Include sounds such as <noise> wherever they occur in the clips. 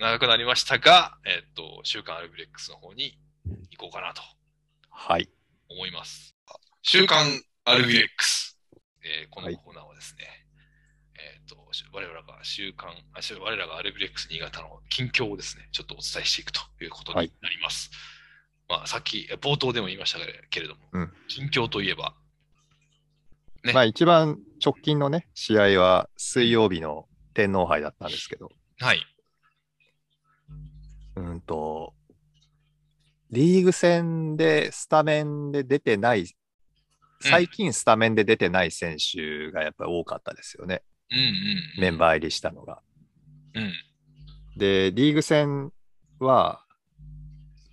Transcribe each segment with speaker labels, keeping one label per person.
Speaker 1: 長くなりましたが、えっと、週刊アルビレックスの方に行こうかなと
Speaker 2: はい。
Speaker 1: 思います。週刊アルビレックス。えーこのコーナーはですね、えっと、し我らが週刊、あし我らがアルビレックス新潟の近況をですね、ちょっとお伝えしていくということになります。まあ、さっき、え冒頭でも言いましたけれども、
Speaker 2: うん
Speaker 1: 近況といえば、ね
Speaker 2: まあ一番直近のね、試合は水曜日の天皇杯だったんですけど、
Speaker 1: はい、
Speaker 2: うーんと、リーグ戦でスタメンで出てない、最近スタメンで出てない選手がやっぱり多かったですよね、
Speaker 1: うんうん。
Speaker 2: メンバー入りしたのが。
Speaker 1: うん。
Speaker 2: で、リーグ戦は、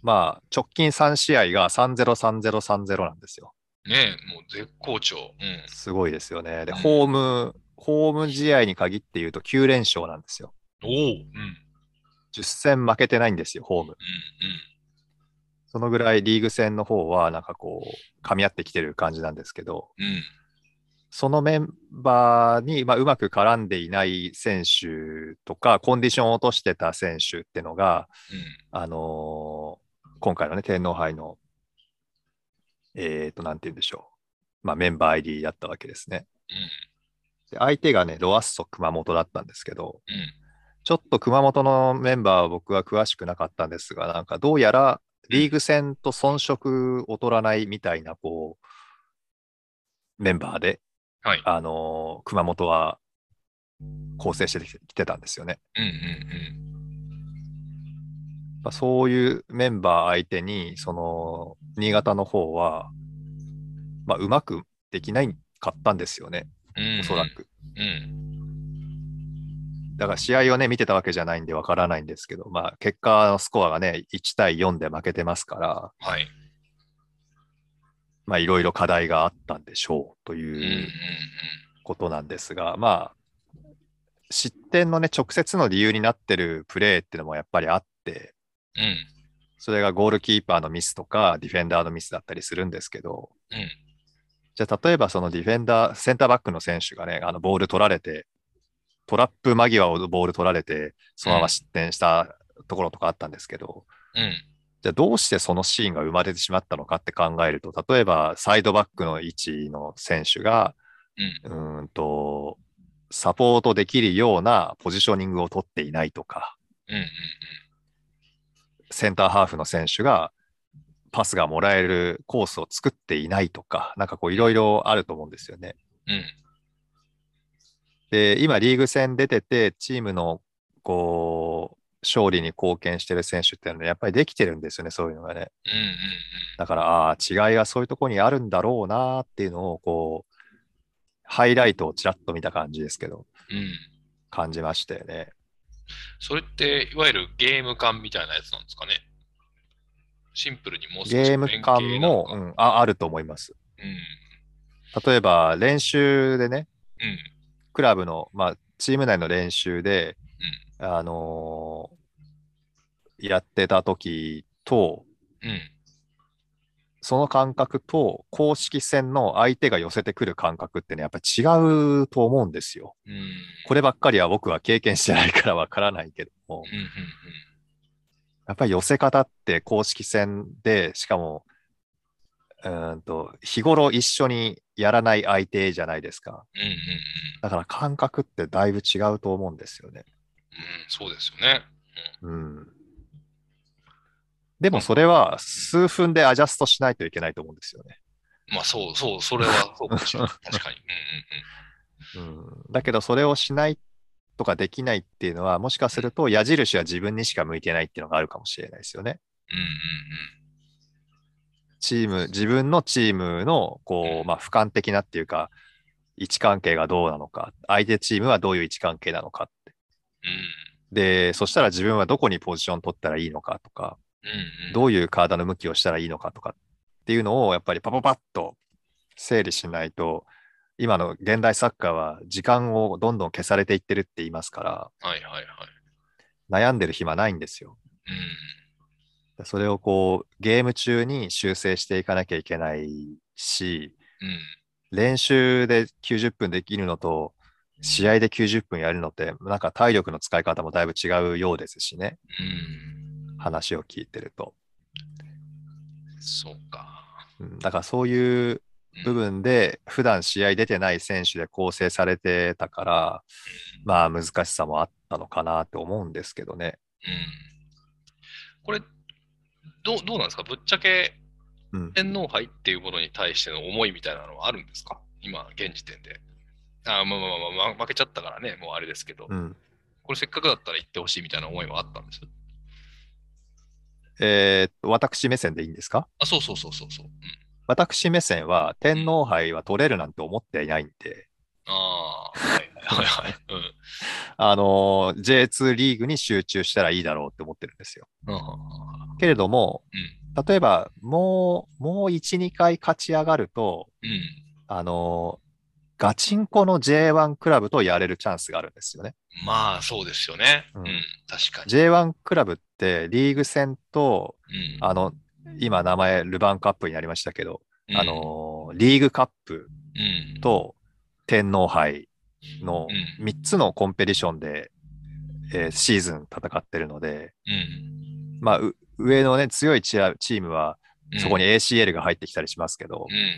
Speaker 2: まあ直近3試合が3-0、3-0、3-0なんですよ。
Speaker 1: ねえ、もう絶好調。うん。
Speaker 2: すごいですよね。で、
Speaker 1: うん
Speaker 2: ホーム、ホーム試合に限って言うと9連勝なんですよ。
Speaker 1: おお、うん、うん、
Speaker 2: 10戦負けてないんですよ、ホーム。そのぐらいリーグ戦の方は、なんかこう、噛み合ってきてる感じなんですけど、
Speaker 1: うん、うん。
Speaker 2: そのメンバーに、まあ、うまく絡んでいない選手とか、コンディションを落としてた選手ってのが、あのー今回のね、天皇杯の、えっ、と、なんて言うんでしょう。まあ、メンバー入りだったわけですね。で相手がね、ロアッソ熊本だったんですけど、
Speaker 1: うん、うん。
Speaker 2: ちょっと熊本のメンバーは僕は詳しくなかったんですが、なんかどうやらリーグ戦と遜色を取らないみたいな、こう、メンバーで、
Speaker 1: はい。
Speaker 2: あのー熊本は構成してきてたんですよね。
Speaker 1: うん、うん、
Speaker 2: まあ、そういうメンバー相手に、その、新潟の方は、まあ、うまくできないかったんですよね、
Speaker 1: うん。
Speaker 2: おそら。く。
Speaker 1: うん、
Speaker 2: だから試合をね、見てたわけじゃないんでわからないんですけど、まあ、結果のスコアがね、1対4で負けてますから、
Speaker 1: はい。
Speaker 2: まあ、いろいろ課題があったんでしょうと
Speaker 1: うん、うん、う。
Speaker 2: いうんことなんですが、まあ、失点のね、直接の理由になってるプレーっていうのもやっぱりあって、
Speaker 1: うん、
Speaker 2: それがゴールキーパーのミスとか、ディフェンダーのミスだったりするんですけど、
Speaker 1: うん
Speaker 2: じゃあ、例えばそのディフェンダー、センターバックの選手がね、あのボール取られて、トラップ間際をボール取られて、そのまま失点したところとかあったんですけど、
Speaker 1: うん、
Speaker 2: じゃあどうしてそのシーンが生まれてしまったのかって考えると、例えばサイドバックの位置の選手が、うーんと、サポートできるようなポジショニングを取っていないとか、
Speaker 1: うん、うん。
Speaker 2: センターハーフの選手がパスがもらえるコースを作っていないとか、なんかこういろいろあると思うんですよね。
Speaker 1: うん、
Speaker 2: で、今リーグ戦出てて、チームのこう、勝利に貢献してる選手っていうのはやっぱりできてるんですよね、そういうのがね。
Speaker 1: うん、うん、
Speaker 2: だから、あー違いはそういうところにあるんだろうなーっていうのを、こう、ハイライトをちらっと見た感じですけど、
Speaker 1: うん。うん。
Speaker 2: 感じましたよね。
Speaker 1: それって、いわゆるゲーム感みたいなやつなんですかね。シンプルにもう少し
Speaker 2: ゲーム感
Speaker 1: 連携なの
Speaker 2: も、
Speaker 1: か
Speaker 2: う
Speaker 1: うん、
Speaker 2: ん、ああると思います。
Speaker 1: うん、
Speaker 2: 例えば、練習でね、クラブの、まあ、チーム内の練習で、あのーやってた時と、
Speaker 1: うん、うん。
Speaker 2: その感覚と、公式戦の相手が寄せてくる感覚ってね、やっぱ違うと思うんですよ。
Speaker 1: うん、うん、うん、
Speaker 2: こればっかりは僕は経験してないからわからないけども。
Speaker 1: うん。
Speaker 2: やっぱり寄せ方って公式戦で、しかも、うーんと、日頃一緒にやらない相手じゃないですか。
Speaker 1: うん、うん、うん。
Speaker 2: だから感覚ってだいぶ違うと思うんですよね。
Speaker 1: うん、そうですよね。
Speaker 2: うん。でもそれは数分でアジャストしないといけないと思うんですよね。
Speaker 1: まあ、そう、そう、それはそうかもしれ
Speaker 2: <laughs>
Speaker 1: ない。確かに。
Speaker 2: うん。だけどそれをしないとかできないっていうのは、もしかすると矢印は自分にしか向いてないっていうのがあるかもしれないですよね。
Speaker 1: うん、うん、うん。
Speaker 2: チーム、自分のチームの、こ
Speaker 1: うん
Speaker 2: う、まあ、俯瞰的なっていうか、位置関係がどうなのか、相手チームはどういう位置関係なのかって。
Speaker 1: うん、うん。
Speaker 2: で、そしたら自分はどこにポジション取ったらいいのかとか、
Speaker 1: うんうん、
Speaker 2: どういう体の向きをしたらいいのかとかっていうのを、やっぱりパパパッと整理しないと、今の現代サッカーは時間をどんどん消されていってるって言いますから、
Speaker 1: はいはいはい。
Speaker 2: 悩んでる暇ないんですよ。それをこう、ゲーム中に修正していかなきゃいけないし、
Speaker 1: うん。うん。
Speaker 2: 練習で90分できるのと、試合で90分やるのって、なんか体力の使い方もだいぶ違うようですしね、
Speaker 1: うん。
Speaker 2: 話を聞いてると。
Speaker 1: そうか。
Speaker 2: うんだからそういう部分で、普段試合出てない選手で構成されてたから、まあ難しさもあったのかなって思うんですけどね。
Speaker 1: うん。これ、どう、どうなんですかぶっちゃけ
Speaker 2: うん、
Speaker 1: 天皇杯っていうものに対しての思いみたいなのはあるんですか今、現時点で。あーまあまあまあまあ、負けちゃったからね、もうあれですけど、
Speaker 2: うん
Speaker 1: これせっかくだったら行ってほしいみたいな思いはあったんです
Speaker 2: えーっと私目線でいいんですか
Speaker 1: あ、そうそうそうそうそう。うん、
Speaker 2: 私目線は天皇杯は取れるなんて思っていないんで、
Speaker 1: ああ、はいはいはいはい。うん
Speaker 2: あのー J2 リーグに集中したらいいだろうって思ってるんですよ。
Speaker 1: うん。
Speaker 2: けれども、例えばもう、もう1、2回勝ち上がると、
Speaker 1: うん。
Speaker 2: あのーガチンコの J1 クラブとやれるチャンスがあるんですよね。
Speaker 1: まあ、そうですよね。う
Speaker 2: うんん、
Speaker 1: 確かに。
Speaker 2: J1 クラブってリーグ戦と、
Speaker 1: うん、
Speaker 2: あの、今名前ルヴァンカップになりましたけど、
Speaker 1: うん
Speaker 2: あ、のーリーグカップ
Speaker 1: うん、
Speaker 2: と天皇杯の
Speaker 1: う
Speaker 2: 3つのコンペティションで、えーシーズン戦ってるので、
Speaker 1: うん、
Speaker 2: まあ、う上のね、強いチアチームは、
Speaker 1: うん
Speaker 2: そこに、ACL が入ってきたりしますけど
Speaker 1: うん、うん、うん、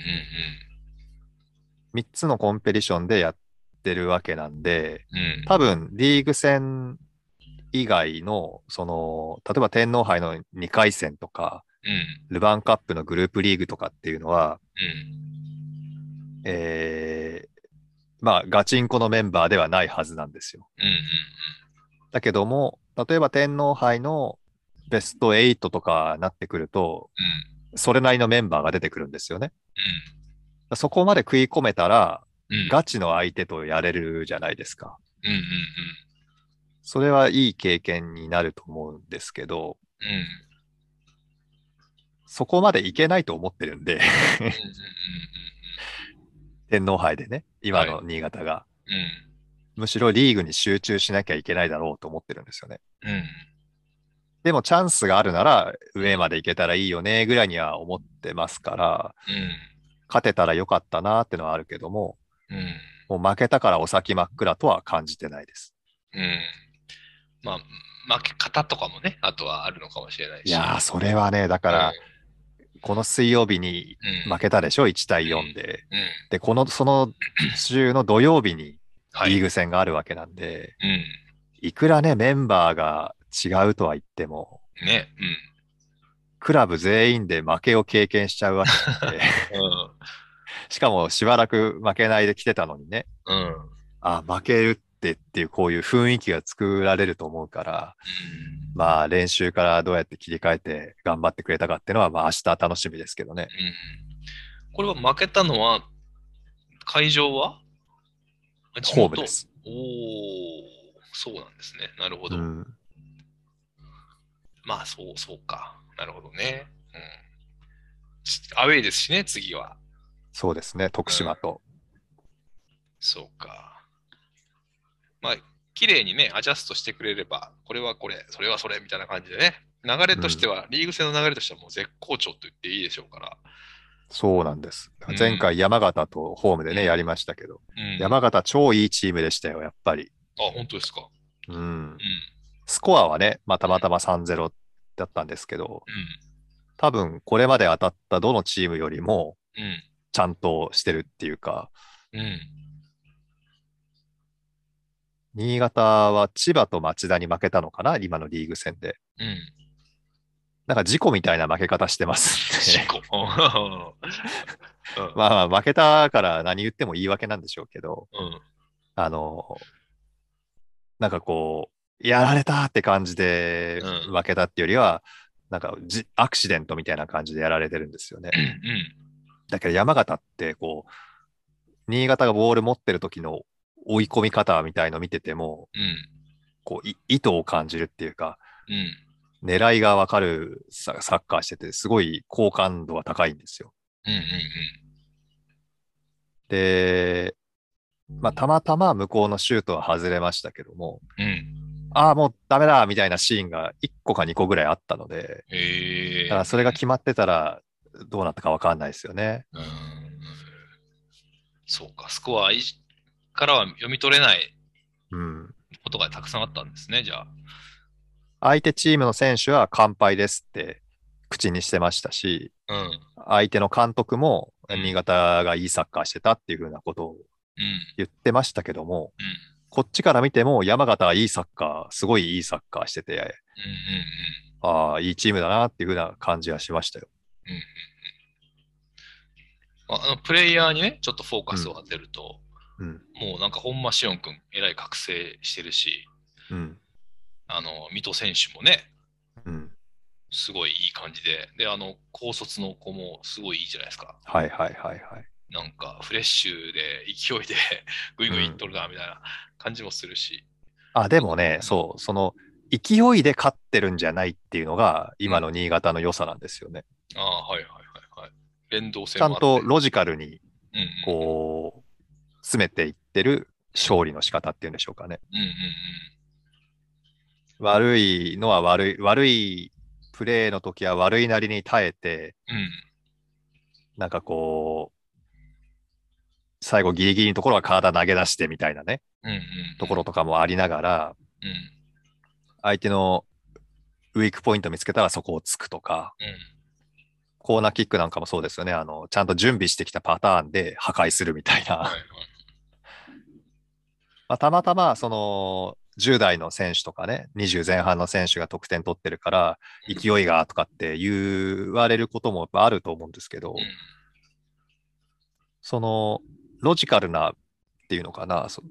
Speaker 2: 3つのコンペティションでやってるわけなんで、
Speaker 1: うん、
Speaker 2: 多分、リーグ戦以外の、その、例えば天皇杯の2回戦とか、
Speaker 1: うん、
Speaker 2: ルヴァンカップのグループリーグとかっていうのは、
Speaker 1: うん、
Speaker 2: えーまあ、ガチンコのメンバーではないはずなんですよ。だけども、例えば天皇杯のベスト8とかなってくると、それなりのメンバーが出てくるんですよね。そこまで食い込めたら、
Speaker 1: うん、うん、
Speaker 2: ガチの相手とやれるじゃないですか。
Speaker 1: うん、うん、うん、
Speaker 2: それはいい経験になると思うんですけど、
Speaker 1: うん、
Speaker 2: そこまでいけないと思ってるんで、
Speaker 1: う
Speaker 2: <laughs>
Speaker 1: ん、
Speaker 2: 天皇杯でね、今の新潟が。
Speaker 1: うん、
Speaker 2: むしろリーグに集中しなきゃいけないだろうと思ってるんですよね。
Speaker 1: うん、うん、
Speaker 2: でもチャンスがあるなら上まで行けたらいいよねぐらいには思ってますから、勝てたらよかったなってのはあるけども、
Speaker 1: うん、うん、
Speaker 2: もう負けたからお先真っ暗とは感じてないです。
Speaker 1: うん。まあ、負け方とかもね、あとはあるのかもしれないし。
Speaker 2: いやー、それはね、だから、この水曜日に
Speaker 1: うん、うん、
Speaker 2: 負けたでしょ、1対4で。
Speaker 1: うん、
Speaker 2: で、この、その週の土曜日に
Speaker 1: はい、
Speaker 2: リーグ戦があるわけなんで、
Speaker 1: う
Speaker 2: いくらね、メンバーが違うとは言っても、
Speaker 1: ん、ね、うん。
Speaker 2: クラブ全員で負けを経験しちゃうわけ
Speaker 1: <laughs>
Speaker 2: なんで、
Speaker 1: うん
Speaker 2: しかもしばらく負けないで来てたのにね、
Speaker 1: うん。
Speaker 2: あ、負けるってっていうこういう雰囲気が作られると思うから、
Speaker 1: うん
Speaker 2: まあ練習からどうやって切り替えて頑張ってくれたかっていうのは、まあ明日楽しみですけどね。
Speaker 1: うんこれは負けたのは、会場は地元
Speaker 2: ホームです。
Speaker 1: おお、そうなんですね。なるほ
Speaker 2: う
Speaker 1: ど。
Speaker 2: ん。
Speaker 1: まあ、そう、そうか。なるほどね。うん。しアウェイですしね、次は。
Speaker 2: そうですね、徳島と。
Speaker 1: そうか。まあ、綺麗にね、アジャストしてくれれば、これはこれ、それはそれみたいな感じでね、流れとしては、リーグ戦の流れとしてはもう絶好調と言っていいでしょうから。
Speaker 2: そうなんです
Speaker 1: うん。
Speaker 2: 前回山形とホームで
Speaker 1: う
Speaker 2: ね、
Speaker 1: ん
Speaker 2: やりましたけど、
Speaker 1: うん、あ、
Speaker 2: 山形超いいチームでしたよ、やっぱり。
Speaker 1: 本当ですか。
Speaker 2: うん
Speaker 1: う。ん。
Speaker 2: スコアはね、まあたまたま3-0だったんですけど、
Speaker 1: う
Speaker 2: 多分これまで当たったどのチームよりも
Speaker 1: ん。うん。
Speaker 2: ちゃんとしてるっていうか、
Speaker 1: うん。
Speaker 2: 新潟は千葉と町田に負けたのかな今のリーグ戦で。
Speaker 1: うん。
Speaker 2: なんか事故みたいな負け方してますん
Speaker 1: 事
Speaker 2: で。
Speaker 1: 故。うん
Speaker 2: <laughs> まあまあ負けたから何言っても言い訳なんでしょうけど、
Speaker 1: うん。
Speaker 2: あの、なんかこう、やられたって感じで
Speaker 1: うん
Speaker 2: 負けたっていうよりは、なんかじアクシデントみたいな感じでやられてるんですよね。
Speaker 1: うん。
Speaker 2: だけど山形ってこう、新潟がボール持ってる時の追い込み方みたいの見てても、
Speaker 1: うん。
Speaker 2: こう、い意図を感じるっていうか、
Speaker 1: うん。
Speaker 2: 狙いがわかるササッカーしてて、すごい好感度は高いんですよ。
Speaker 1: うん。うん。
Speaker 2: で、まあ、たまたま向こうのシュートは外れましたけども、
Speaker 1: うん。うん。
Speaker 2: ああ、もうダメだみたいなシーンが1個か2個ぐらいあったので、
Speaker 1: ええ
Speaker 2: だからそれが決まってたらどうなったかわかんないですよね。
Speaker 1: うんそうか、スコアいからは読み取れない
Speaker 2: うん。
Speaker 1: ことがたくさんあったんですね、じゃあ。
Speaker 2: 相手チームの選手は乾杯ですって口にしてましたし、
Speaker 1: うん。うん。
Speaker 2: 相手の監督も
Speaker 1: うん
Speaker 2: 新潟がいいサッカーしてたっていうふうなことを言ってましたけども、
Speaker 1: うん。
Speaker 2: こっちから見ても山形はいいサッカー、すごいいいサッカーしてて、
Speaker 1: うん。
Speaker 2: ああ、いいチームだなっていうふうな感じはしましたよ。
Speaker 1: うん。うん。うんうん。まああの、プレイヤーにね、ちょっとフォーカスを当てると、
Speaker 2: うん。
Speaker 1: もうなんか本間紫音君、えらい覚醒してるし、
Speaker 2: うん。
Speaker 1: あの、水戸選手もね、
Speaker 2: うん。
Speaker 1: すごいいい感じで、で、あの、高卒の子もすごいいいじゃないですか。
Speaker 2: はいはいはいはい。
Speaker 1: なんか、フレッシュで、勢いで、 <laughs> ぐいぐいいっとるな、みたいな感じもするし。
Speaker 2: あ、でもね、そう、その、勢いで勝ってるんじゃないっていうのが、今の新潟の良さなんですよね。
Speaker 1: ああ、はいはいはいはい。連動性
Speaker 2: ちゃん
Speaker 1: もあ
Speaker 2: と
Speaker 1: って
Speaker 2: ロジカルに、
Speaker 1: うんうん
Speaker 2: こう、詰めていってる勝利の仕方っていうんでしょうかね。
Speaker 1: うんうん
Speaker 2: 悪いのは悪い、悪いプレーの時は悪いなりに耐えて、
Speaker 1: うん。うん。
Speaker 2: なんかこう、最後ギリギリのところは体投げ出してみたいなね、
Speaker 1: うんうん。
Speaker 2: ところとかもありながら、
Speaker 1: うん。うん。
Speaker 2: 相手のウィークポイント見つけたらそこをつくとか、コーナーキックなんかもそうですよね。あの、ちゃんと準備してきたパターンで破壊するみたい
Speaker 1: はいはい
Speaker 2: な。。 <laughs> まあ、たまたま、その、10代の選手とかね、20前半の選手が得点取ってるから、勢いがとかって言われることもやっぱあると思うんですけど
Speaker 1: うん、
Speaker 2: その、ロジカルなっていうのかな、そ
Speaker 1: ん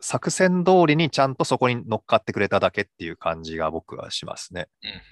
Speaker 2: 作戦通りにちゃんとそこに乗っかってくれただけっていう感じが僕はしますね。
Speaker 1: うんうんうん。